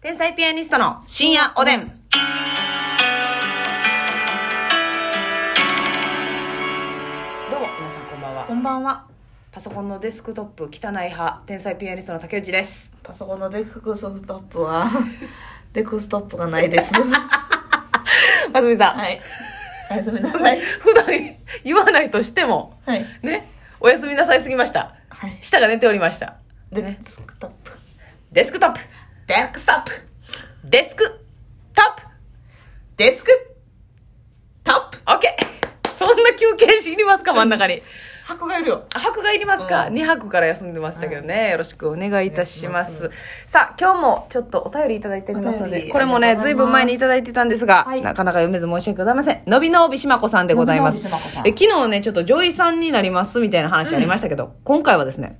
天才ピアニストの深夜おでん。どうも、皆さんこんばんはこ。んばんは。パソコンのデスクトップ汚い派、天才ピアニストの竹内です。パソコンのデスクソフトップは、 デクストップがない です。ますみさん、はい。おやすみなさい。普段言わないとしても、はい。ね、おやすみなさいすぎました。はい。舌が寝ておりました。デスクトップ。デスクトップ、デスクトップデスクトップ、デスクトップオッケーそんな休憩しいりますか、真ん中に。箱がいるよ。泊がいりますか、う二2泊から休んでましたけどね、よろしくお願いいたしますお願いしまさあ今日もちょっとお便りいただいておりますのお便でりこれもあねりがとずういござぶんいます前にいただいてたんですが、はいなかなか読めず申し訳ございませんのびのびしまこさんでございますのびのびしまこさんえ昨日ねちょっと女医さんになりますみたいな話ありましたけど、今回はですね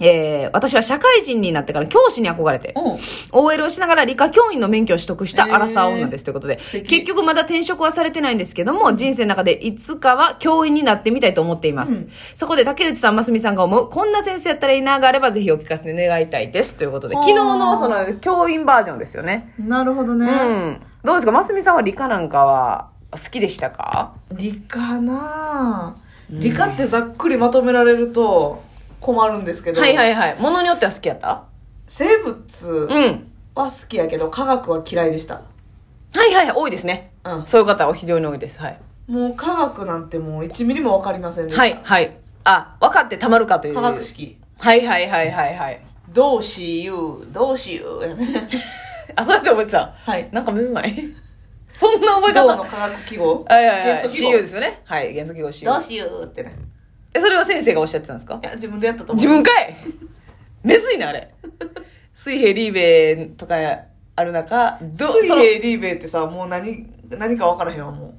えー、私は社会人になってから教師に憧れて、うん。 OL をしながら理科教員の免許を取得したアラサー女ですということで、素敵結局まだ転職はされてないんですけども、人生の中でいつかは教員になってみたいと思っています。うんそこで竹内さん、ますみさんが思う、こんな先生やったらいいながあればぜひお聞かせ願いたいです。ということで、あー昨日のその教員バージョンですよね。なるほどね。うん。どうですかますみさんは理科なんかは好きでしたか理科なぁ理科ってざっくりまとめられると困るんですけど、はいはいはい。ものによっては好きやった生物うん。は好きやけど、科学は嫌いでした。はいはいはい、多いですね。うん。そういう方は非常に多いです。はい。もう科学なんてもう1ミリもわかりませんでした。はいはい。あ、分かってたまるかという。科学式。はいはいはいはいはい。どうしよう、どうしようやね。あ、そうやって覚えてた。はい。なんかむずない そんな覚えどう方の科学記号はいはいはい。元素記 CU 号ですよね。はい、元素記号 CU。どうしようってね。え、それは先生がおっしゃってたんですかいや、自分でやったと思う。自分かい めずいな、あれ。水平リーベとかある中、ど、水その、平リーベってさ、もう何、何か分からへんわ、もう。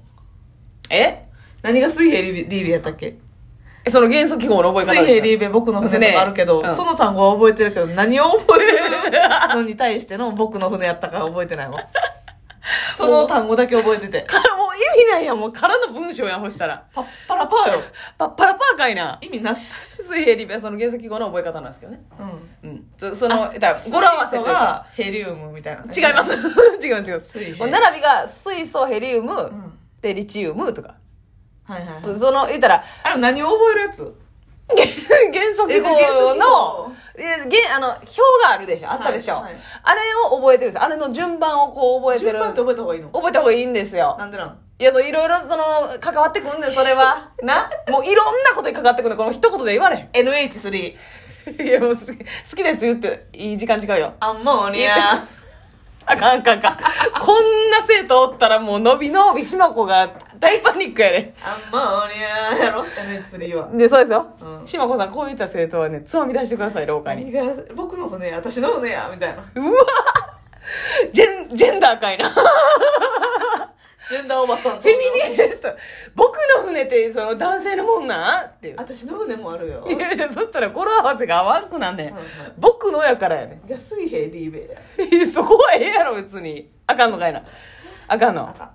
え何が水平リーベリーベやったっけえその元素記号の覚え水方平リですーベ僕の船とかあるけど、ねうんその単語は覚えてるけど、何を覚えてるのに対しての僕の船やったか覚え てないわ。その単語だけ覚えてて。か。からもう意味ないやん、もう空の文章やん、ほしたら。パッパラパーよ。パッパラパーかいな。意味なし。水平リーベはその元素記号の覚え方なんですけどね。うん。うん。そその、あえだから語呂合わせという水素か。がヘリウムみたいなね、違います。違います、違い ます水。平もう並びが水素、ヘリウム、うん。で、リチウムとか。はいはいはい。そその、言ったら、 あれ何を覚えるやつ元素記え元素号記の号、え元あの、表があるでしょあったでしょ、はいはいあれを覚えてるんです。あれの順番をこう覚えて順る。番って覚覚えた方がいいのえた方がいいんですよ。なんでなんいや、そう、いろいろ、その、関わってくんねん、それ は。なもういろんなことに関わってくんねん。この一言で言われ ?NH3。へん。いや、もう好き、好きなやつ言って、いい時間違うよ。アンモニア。あかんあかんあかん。こんな生徒おったらもう、のびのびしまこが大パニックやで。アンモニアやろ ?NH3 は。で、そうですよ。うんしまこさん、こういった生徒はね、つまみ出してください、廊下に。何が僕の骨や、私の骨や、みたいな。うわジェン、ジェンダーかいな。 フジェンダーおばさんとェミニスト。僕の船って、その男性のもんなんっていう。私の骨もある よ。いやいや、そしたら語呂合わせが合わんくなんねんはいはい。僕のやからやねが水平リーベや。んい や。そこはええやろ、別に。あかんのかいな。あかんの。赤。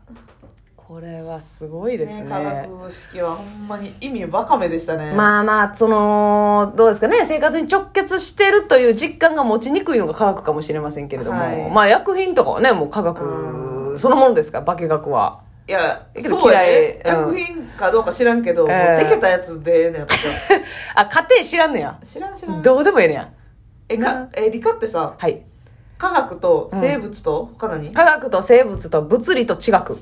これはすごいですね。ね科学式はほんまに意味わかめでしたね。まあまあ、その、どうですかね、生活に直結してるという実感が持ちにくいのが科学かもしれませんけれども、はいまあ薬品とかはね、もう科う学そのものですから、化学は。いやけ、どそうやね。嫌いうん薬品かどうか知らんけど、もうええでけたやつでええねん、私は。あ、家庭知らんのや。知らん知らん。どうでもええねや。え、か、え、理科ってさ、はい。科学と生物と他何科学と生物と物理と地学。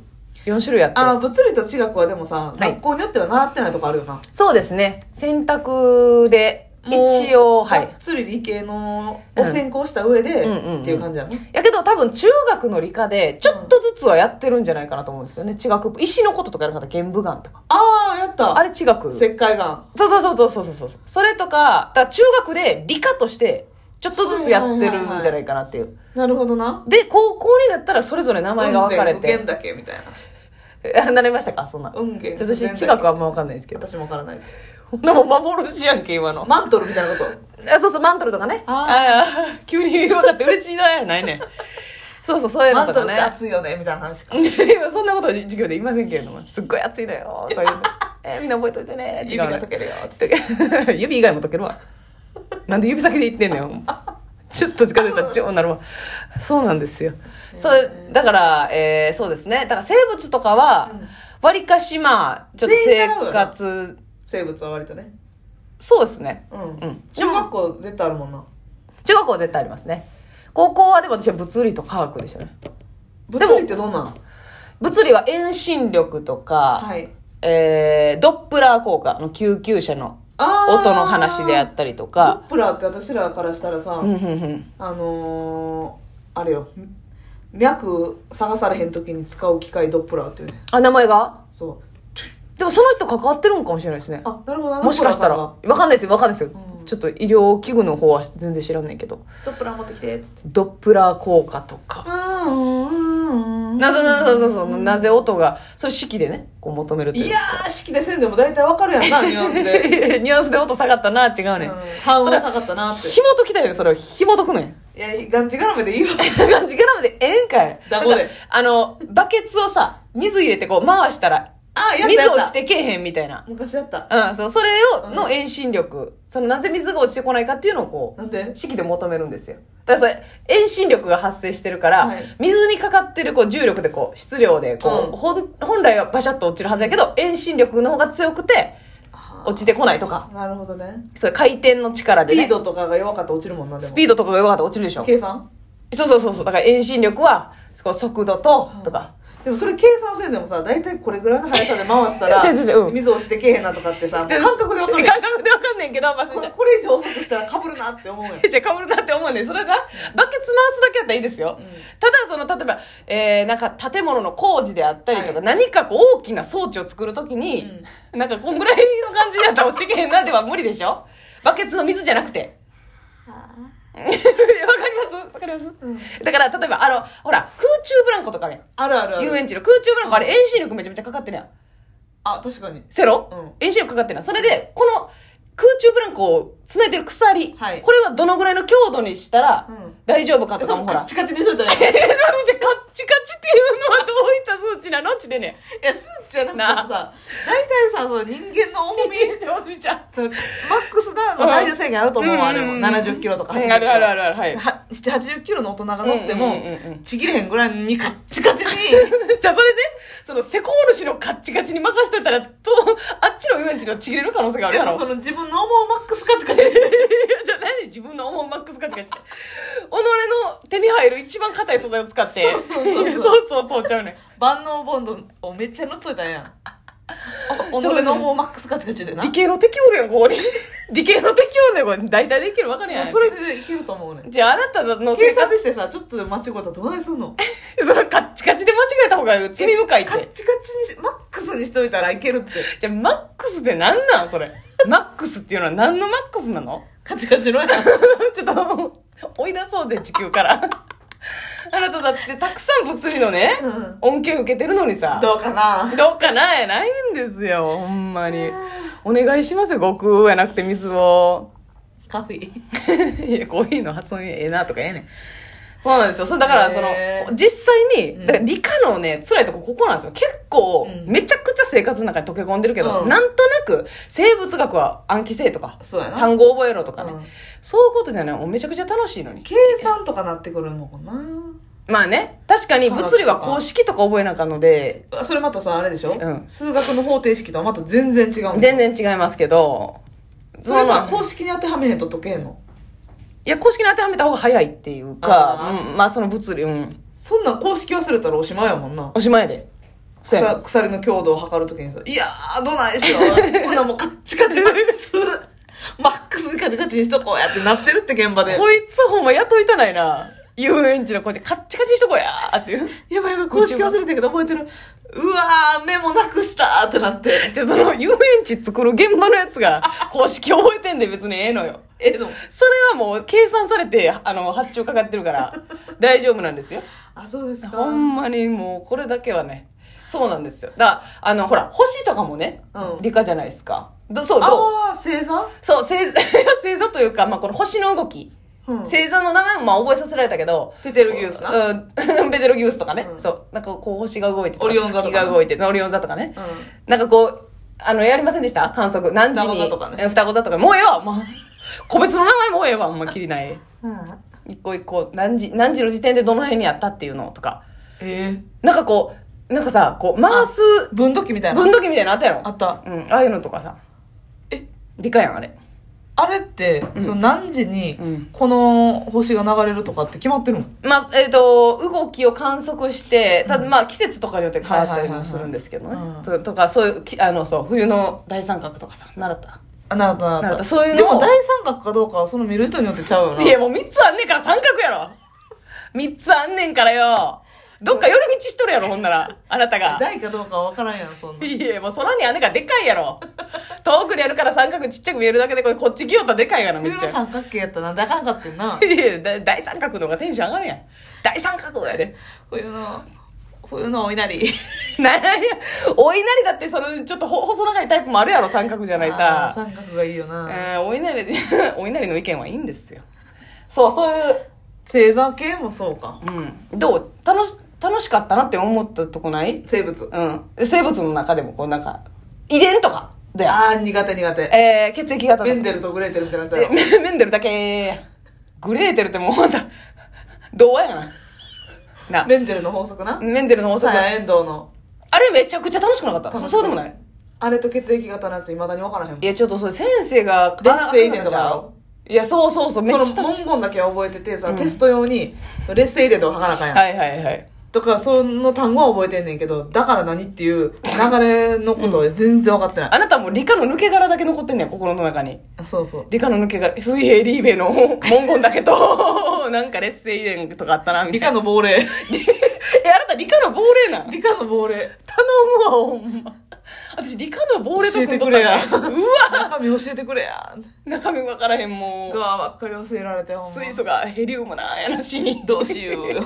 4種類あって。あー物理と地学はでもさ、い学校によっては習ってないとこあるよなそうですね。選択で、もう一応、はがっい。つり理系のを専攻した上で、うんうんうんうんっていう感じやねやけど多分中学の理科で、ちょっとずつはやってるんじゃないかなと思うんですけどね。地学部。石のこととかやる方、玄武岩とか。ああやっあたれ地学。そう石灰岩そうそうそうそうそうそう。それとか、だから中学で理科として、ちょっとずつやってるんじゃないかなっていう。なるほどなで、高校になったらそれぞれ名前が分かれ雲仙て雲。だけみたいなあ、 なりましたかそんな。雲玄私、地学はあんま分かんないですけど。私もわからないです でも幻やんけ、 今の。マントルみたいなことあそうそう、マントルとかね。あああー、急に分かって嬉しいな、やないねん。 そうそう、そういうのマンとかトルっねて。熱いよねみたいな話か そんなこと授業で言いませんけれども、すっごい熱いのよ、という の。えーみんな覚えといてね、指が溶けけるよっ てる。指以外も溶けるわ。なんで指先で言ってんのよ。ちょっと近づいたらチョーなるわ。そうなんですよ。そう、だから、えーそうですね。だから生物とかはうん、わりかしまあ、ちょっと全員習う生よな活、生物は割とね。そうですね。うん。ん中学校絶対あるもんな。中学校は絶対ありますね。高校はでも私は物理と科学でしたね。も物理ってどんなん物理は遠心力とか、はい。えードップラー効果あの救急車のあー音の話であったりとドッか、プラーって私らからしたらさ、うんうんうん、あのー、あれよ。脈探されへん時に使う機械ドップラーっていうね。あ、名前がそう。でもその人関わってるんかもしれないですね。あ、なるほどな。もしかしたら。ドわッかんないですよ、わかんないですよ。うんちょっと医療器具の方は全然知らないけど。プラー持ってきて、つって。ドップラー効果とうか。ーん、うーん。なぜ、なぜ、なぜ、なぜ音が、それ式でね、こう求めるといういやー、式でせんでも大体わかるやん な、ニュアンスで。で。ニュアンスで音下がったな、違うね。うん半音下がったなって。紐解きたいよ、それを紐解くのよ。 いや、がんじがらめでいいよ。感じからまでええんかい。だこでなんかあの、バケツをさ、水入れてこう回したら、あ、やった水や落っちた。てけえへんみたいな。昔やった。うん、そう、それを、うんの遠心力。その、なぜ水が落ちてこないかっていうのをこなんでう、式で求めるんですよ。だからそれ、遠心力が発生してるから、はい水にかかってるこう重力でこう、質量でこう、うんほん本来はバシャッと落ちるはずやけど、遠心力の方が強くて、落ちてこないとか、なるほどね。そういう回転の力で、ね、スピードとかが弱かったら落ちるもんな、でも。スピードとかが弱かったら落ちるでしょ。計算そうそうそうそう。だから遠心力は、こう速度と、とか。でもそれ計算せんでもさ、大体これぐらいの速さで回したら、 違う違う違ううん水落ちてけえへんなと かってさ、もう感覚でわかるやん。感覚でわかんねんけど、まあ、それこじゃれこれ以上遅くしたら被るなって思うやん。じゃあかぶるなって思うねんそれがバケツ回すだけやったらいいですよ、うんただその例えば、えー、なんか建物の工事であったりとか、はい何かこう大きな装置を作るときに、なんかこんぐらいの感じだったら落ちてけへんなでは無理でしょバケツの水じゃなくて わかりますわかります、うんだから例えばあのほら空中ブランコとかねあるあるあ遊る。園地の空中ブランコあれ遠心力めちゃめちゃかかってるやんあ、確かに。セロ、うん遠心力かかってるなそれでこの空中ブランコを繋いでる鎖、はいこれはどのぐらいの強度にしたら、うん大丈夫かとそかう、もほカッら。チカチにしとい たらいいやん。えー、なんじゃカッチカチっていうのはどういった数値なのってでね。 いや、数値じゃなくてもさ、大体さ、その人間の重み、上手ちゃん。そのマックスが、まあ、体重制限あると思う、うんあれも。うん70キロとか80キうんロ。あるあるあるあるはいは7、80キロの大人が乗ってうもんうんうんうん、ちぎれへんぐらいにカッチカチに、じゃあそれで、その施工主のカッチカチに任しといたら、と、あっちの遊園地のちぎれる可能性があるでやろ。もその自分の思うマックスカチカチに。いや じゃあ何自分の思うマックスカチカチって。己の手に入る一番硬い素材を使って。そうそうそうそう そうそうそうちゃうねん。万能ボンドをめっちゃ塗っといたんや ん。おちょっと己の思うマックスカチカチでな理。系の敵おるやん、こ こに。理系の敵おるやん、これ。大体できるわかるやん。それでいけると思うねん。じゃああなたの計生活、算でしてさ、ちょっとでも間違えたらどないすんのそのカッチカチで間違えた方が罪深いっカてッ。チカチにし、マックスにしといたらいけるって。じゃあ、マックスって何なんそ れ。マックスっていうのは何のマックスなのカチカチのやん。 ちょっと、追い出そうぜ、地球 から。あなただってたくさん物理のね、うん恩恵受けてるのにさ。どうかなどうかなやないんですよ、ほんまに。お願いしますよ、悟空やなくて水を。カフェ。 いや、コーヒーの発音ええなとかええねん。そうなんですよ。そうだから、そへーの、実際に、うんだから理科のね、辛いとこここなんですよ。結構、うんめちゃくちゃ生活の中に溶け込んでるけど、うんなんとなく、生物学は暗記性とか、そうやな。単語覚えろとかね。うんそういうことじゃない、もうめちゃくちゃ楽しいのに。計算とかなってくるのかなまあね、確かに物理は公式とか覚えなあかんので、それまたさあれでしょ、うん数学の方程式とはまた全然違うもん全然違いますけど、それまあさ公式に当てはめへんと解けへんのいや、公式に当てはめた方が早いっていうか、あーうん、まあその物理、うん、そんなん公式忘れたらおしまいやもんなおしまいで。そうやね鎖鎖の強度を測るときにさ「いやーどないしよ う」ほなもうカッチカチマックス マックスカチカチにしとこうやってなってるって現場でこいつほんま雇いたないな。遊園地の子ちカッチカチにしとこうやーっていう。やばいやばい公式忘れたけど覚えてるうわーメモなくしたーってなって じゃあその遊園地作る現場のやつが公式覚えてんで別にええのよ。ええのそれはもう計算されて、あの、発注かかってるから大丈夫なんですよ。あそうですかほんまにもうこれだけはね。そうなんですよ。だから、あの、ほら、星とかもね、うん理科じゃないですか。どそう、どうああ星座、そう、星座、 星座というか、まあこの星の動き。うん、星座の名前もまあ覚えさせられたけど、ペテルギウスな、うん、 ベテルギウスとかね、うんそう、なんかこう星が動いてとかオリオン座とかね月が動いて、オリオン座とかね。うんなんかこう、あの、やりませんでした観測。何時に。双子座とかね え双子座とか。もうええわ、もう。個別の名前もうええわ、あんまきりない。うん一個一個何時何時の時点でどの辺にあったっていうのとかえなんかこうなんかさこう回すー、分度器みたいな分度器みたいなのあったやろあったうん、ああいうのとかさえでかいやんあれあれって、うんその何時にうんこの星が流れるとかって決まってるの、まあえっ、と動きを観測してただまあ季節とかによって変わったりもするんですけどね、はいはいはいとはとかそういうきあのそう冬の大三角とかさ習ったあなるほどななるるほどほどそういうのでも大三角かどうかはその見る人によってちゃうよないやもう3つあんねんから三角やろ3つあんねんからよどっか寄り道しとるやろほんならあなた が大かどうかは分からんやんそんないやもう空にあんねんからでかいやろ遠くにあるから三角ちっちゃく見えるだけでこれこっち来よったらでかいやなめっ冬ちのゃ 三角形やったらなんだかんかってんないやだ大三角の方がテンション上がるやん大三角やで冬の冬のお稲荷なんや お稲荷だってそのちょっとほ細長いタイプもあるやろ三角じゃないあーさ三角がいいよな、うんお稲荷 お稲荷の意見はいいんですよそうそういう星座系もそうかうんどう楽し楽しかったなって思ったとこない生物うん。生物の中でも、こうなんか、遺伝とかだよ。ああ苦手苦手えー、血液型とかメンデルとグレーテルみたいなやつやえろメメンデルだけ。グレーテルってもうほんと、童話やな。な、メンデルの法則なメンデルの法則サ。ヤエンドウのあれめちゃくちゃ楽しくなかった。楽しかったそうでもないあれと血液型のやついまだに分からへんもんいや、ちょっとそれ先生が、劣勢遺伝とかやあろいや、そうそうそう、めっちそゃの楽しかっ文言だけは覚えててさ、うんテスト用にその劣勢遺伝とか書かなあかんやん、た。はいはいはい。とかその単語は覚えてんねんけどだから何っていう流れのことは全然分かってない、あなたも理科の抜け殻だけ残ってんねん、心の中に。あそうそう理科の抜け殻、水平リーベの文言だけと、 なんか劣勢遺伝とかあったな、みた理いな。科の亡霊 え、あなた理科の亡霊なん 理科の亡霊頼むわほんま私理科の亡霊と教え組てんどくっれたやんだうわ中身教えてくれや 中身分からへんもうわばっかり教えられてほんうま水素がヘリウムなやなしどうしようよ